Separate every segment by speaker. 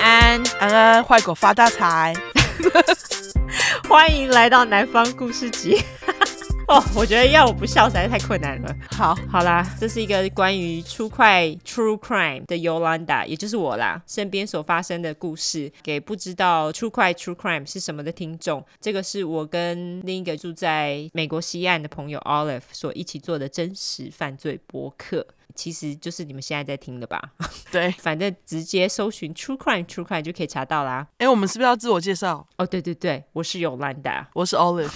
Speaker 1: 安安，坏狗发大财。
Speaker 2: 欢迎来到南方故事集。 哦，我觉得要我不笑实在太困难了。
Speaker 1: 好，
Speaker 2: 好啦，这是一个关于出快 True Crime 的 Yolanda，也就是我啦，身边所发生的故事，给不知道出快 True Crime 是什么的听众。这个是我跟另一个住在美国西岸的朋友 Olive 所一起做的真实犯罪博客。其实就是你们现在在听的吧，
Speaker 1: 对，
Speaker 2: 反正直接搜寻 True Crime True Crime 就可以查到啦。
Speaker 1: 哎，我们是不是要自我介绍？
Speaker 2: 哦，对对对，我是 Yolanda。
Speaker 1: 我是 Olive。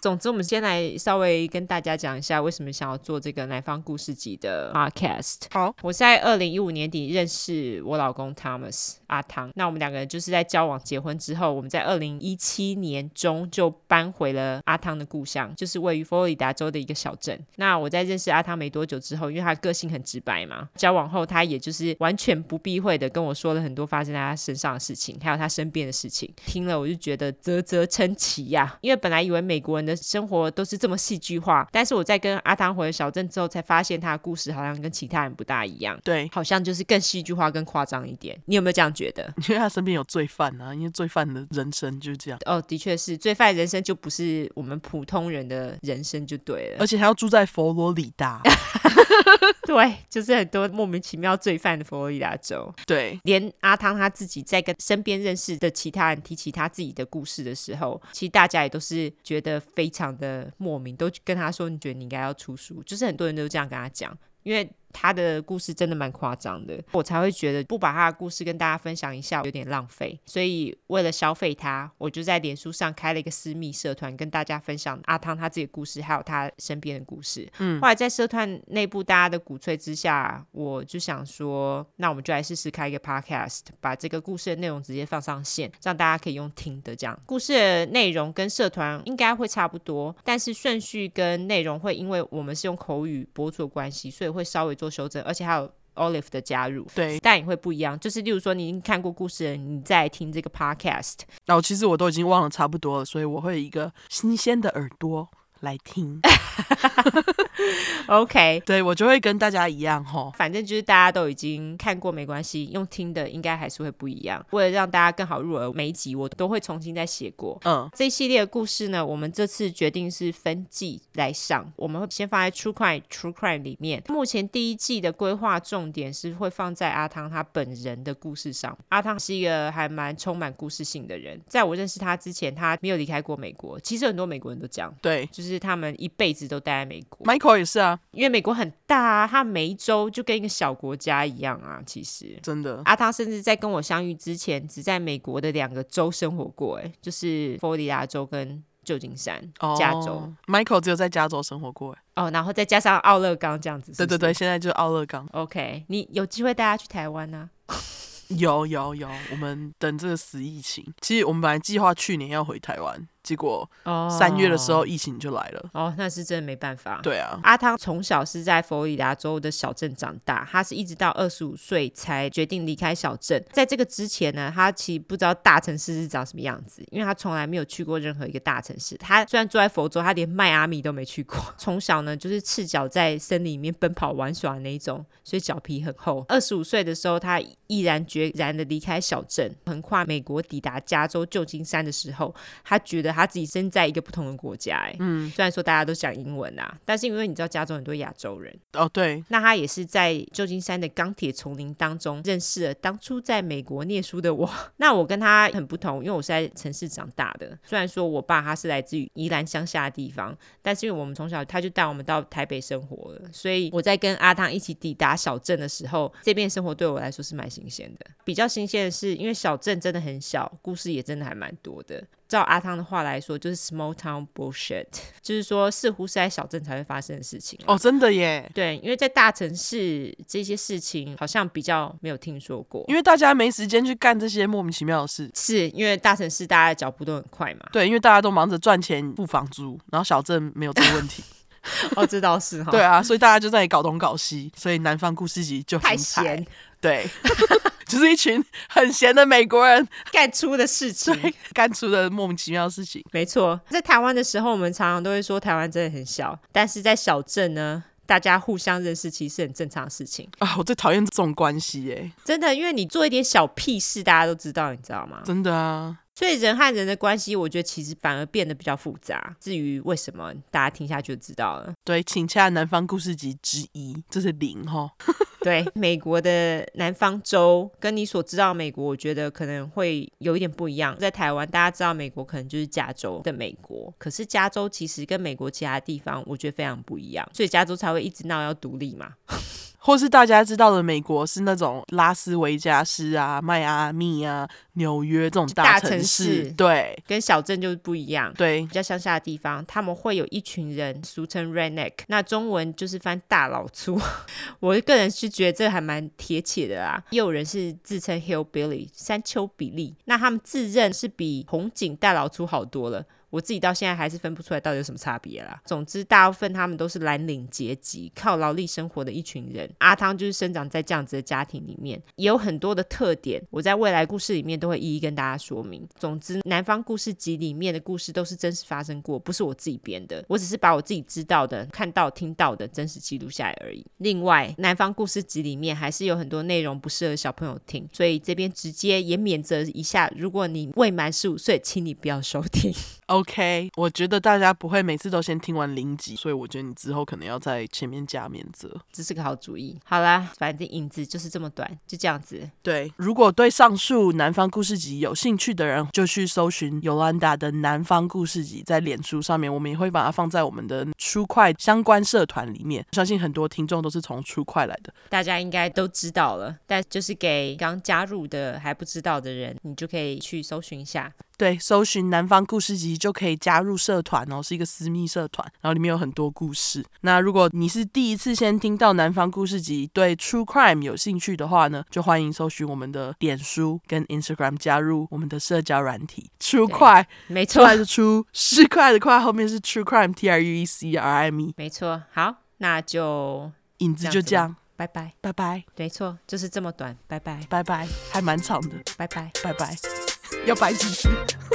Speaker 2: 总之，我们先来稍微跟大家讲一下，为什么想要做这个南方故事集的 podcast。
Speaker 1: 好，
Speaker 2: 我在二零一五年底认识我老公 Thomas 阿汤，那我们两个人就是在交往结婚之后，我们在二零一七年中就搬回了阿汤的故乡，就是位于佛罗里达州的一个小镇。那我在认识阿汤没多久之后，因为他个性很直白嘛，交往后他也就是完全不避讳的跟我说了很多发生在他身上的事情，还有他身边的事情。听了我就觉得啧啧称奇呀、因为本来以为美国人的生活都是这么戏剧化，但是我在跟阿汤回了小镇之后，才发现他的故事好像跟其他人不大一样。
Speaker 1: 对，
Speaker 2: 好像就是更戏剧化、更夸张一点。你有没有这样觉得？
Speaker 1: 因为他身边有罪犯啊，因为罪犯的人生就是这样，
Speaker 2: 哦，的确是，罪犯人生就不是我们普通人的人生就对了
Speaker 1: 而。且还要住在佛罗里达。
Speaker 2: 对，就是很多莫名其妙罪犯的佛罗里达州。
Speaker 1: 对，
Speaker 2: 连阿汤他自己在跟身边认识的其他人提起他自己的故事的时候，其实大家也都是觉得非常的莫名，都跟他说：“你觉得你应该要出书。”就是很多人都这样跟他讲，因为。他的故事真的蛮夸张的，我才会觉得不把他的故事跟大家分享一下有点浪费。所以为了消费他，我就在脸书上开了一个私密社团，跟大家分享阿汤他自己的故事，还有他身边的故事。后来在社团内部大家的鼓吹之下，我就想说，那我们就来试试开一个 podcast，把这个故事的内容直接放上线，让大家可以用听的这样。故事的内容跟社团应该会差不多，但是顺序跟内容会因为我们是用口语博主的关系，所以会稍微做修正，而且还有 Olive 的加入。
Speaker 1: 对，
Speaker 2: 但也会不一样，就是例如说，你已经看过故事了，你再听这个 podcast，
Speaker 1: 然后其实我都已经忘了差不多了，所以我会一个新鲜的耳朵来 听。
Speaker 2: ，OK，
Speaker 1: 对我就会跟大家一样吼。
Speaker 2: 反正就是大家都已经看过，没关系，用听的应该还是会不一样。为了让大家更好入耳，每一集我都会重新再写过。
Speaker 1: 嗯，
Speaker 2: 这一系列的故事呢，我们这次决定是分季来上，我们会先放在 True Crime True Crime 里面。目前第一季的规划重点是会放在阿汤他本人的故事上。阿汤是一个还蛮充满故事性的人，在我认识他之前，他没有离开过美国。其实很多美国人都这样，
Speaker 1: 对
Speaker 2: 就是他们一辈子都待在美国。
Speaker 1: ，Michael 也是啊，
Speaker 2: 因为美国很大啊，它每一州就跟一个小国家一样啊。其实
Speaker 1: 真的。
Speaker 2: 阿汤甚至在跟我相遇之前，只在美国的两个州生活过，哎，就是佛罗里达州跟旧金山、
Speaker 1: 哦
Speaker 2: 加州。
Speaker 1: ，Michael 只有在加州生活过。哎
Speaker 2: 哦，然后再加上奥勒冈这样子
Speaker 1: 对对对，。现在就是奥勒冈。
Speaker 2: o k 你有机会带他去台湾啊呢、
Speaker 1: 有有有，我们等这个死疫情。其实我们本来计划去年要回台湾，结果
Speaker 2: 啊？哦，
Speaker 1: 三月的时，候疫情就来了。
Speaker 2: 哦，那是真的没办法。
Speaker 1: 对啊，
Speaker 2: 阿汤从小是在佛罗里达州的小镇长大，他是一直到二十五岁才决定离开小镇。在这个之前呢，他其实不知道大城市是长什么样子，因为他从来没有去过任何一个大城市。他虽然住在佛州，他连迈阿密都没去过。 从小呢，就是赤脚在森林里面奔跑玩耍的那一种，所以脚皮很厚。二十五岁的时候，他毅然决然的离开小镇，横跨美国抵达加州旧金山的时候，他觉得他自己身在一个不同的国家、哎，嗯，虽然说大家都讲英文啊，但是因为你知道加州很多亚洲人，
Speaker 1: 哦对，
Speaker 2: 那他也是在旧金山的钢铁丛林当中认识了当初在美国念书的我。 那我跟他很不同，因为我是在城市长大的，虽然说我爸他是来自于宜兰乡下的地方，但是因为我们从小他就带我们到台北生活了，所以我在跟阿汤一起抵达小镇的时候，这边的生活对我来说是蛮新鲜的。比较新鲜的是，因为小镇真的很小，故事也真的还蛮多的。照阿汤的话来说，就是 small town bullshit，就是说似乎是在小镇才会发生的事情。啊
Speaker 1: 哦真的耶，
Speaker 2: 对，因为在大城市这些事情好像比较没有听说过，
Speaker 1: 因为大家没时间去干这些莫名其妙的事。。
Speaker 2: 是因为大城市大家的脚步都很快嘛
Speaker 1: 对，因为大家都忙着赚钱付房租，然后小镇没有这个问题。
Speaker 2: 哦，这倒是哈
Speaker 1: 对，啊，所以大家就在那里搞东搞西，所以南方故事集就
Speaker 2: 太
Speaker 1: 很惨
Speaker 2: 闲，
Speaker 1: 对， 就是一群很闲的美 国人
Speaker 2: 干出的事情。
Speaker 1: 干出的莫名其妙的事情。
Speaker 2: 没错，在台湾的时候，我们常常都会说台湾真的很小，但是在小镇呢，大家互相认识其实是很正常的事情。
Speaker 1: 啊，我最讨厌这种关系耶、
Speaker 2: 真的，因为你做一点小屁事，大家都知道，你知道吗？
Speaker 1: 真的啊，
Speaker 2: 所以人和人的关系，我觉得其实反而变得比较复杂。至于为什么，大家听下去就知道了。
Speaker 1: 对，请洽南方故事集之一，这是零哈，
Speaker 2: 对，美国的南方州跟你所知道的美国，我觉得可能会有一点不一样。在台湾，大家知道美国可能就是加州的美国，可是加州其实跟美国其他地方，我觉得非常不一样，所以加州才会一直闹要独立嘛。
Speaker 1: 或是大家知道的美国是那种拉斯维加斯啊、迈阿密啊、纽约这种
Speaker 2: 大
Speaker 1: 城
Speaker 2: 城市
Speaker 1: 对
Speaker 2: 跟小镇就是不一样。
Speaker 1: 对
Speaker 2: 比较乡下的地方，他们会有一群人，俗称 redneck，那中文就是翻大老粗。 我个人是觉得这还蛮贴切的啦。也有人是自称 hillbilly 山丘比利，那他们自认是比红颈大老粗好多了。我自己到现在还是分不出来到底有什么差别啦。总之，大部分他们都是蓝领阶级，靠劳力生活的一群人。阿汤就是生长在这样子的家庭里面，也有很多的特点，我在未来故事里面都会一一跟大家说明。总之，《南方故事集》里面的故事都是真实发生过，不是我自己编的，我只是把我自己知道的、看到、听到的真实记录下来而已。另外，《南方故事集》里面还是有很多内容不适合小朋友听，所以这边直接也免责一下，如果你未满十五岁，请你不要收听。
Speaker 1: ，OK，我觉得大家不会每次都先听完零集，所以我觉得你之后可能要在前面加免责。
Speaker 2: 这是个好主意。好啦，反正影子就是这么短，就这样子。
Speaker 1: 对，如果对上述南方故事集有兴趣的人，就去搜寻尤兰达的南方故事集，在脸书上面，我们也会把它放在我们的书快相关社团里面。相信很多听众都是从书快来的。
Speaker 2: 大家应该都知道了，但就是给刚加入的还不知道的人，你就可以去搜寻一下。
Speaker 1: 对，搜寻南方故事集就可以加入社团哦，是一个私密社团，然后里面有很多故事。那如果你是第一次先听到南方故事集，对 True Crime 有兴趣的话呢，就欢迎搜寻我们的脸书跟 Instagram 加入我们的社交软体 True
Speaker 2: 对
Speaker 1: Crime。
Speaker 2: 没
Speaker 1: 出
Speaker 2: 错，
Speaker 1: 来的出，是快的快，后面是 true crime t r u e c r i m e，
Speaker 2: 没错。好，那就
Speaker 1: 影子就这
Speaker 2: 这样
Speaker 1: 样，
Speaker 2: 拜拜。
Speaker 1: 拜拜
Speaker 2: 没错，就是这么短，拜拜，
Speaker 1: 拜拜，还蛮长的，
Speaker 2: 拜拜。
Speaker 1: 拜拜，要拜几次？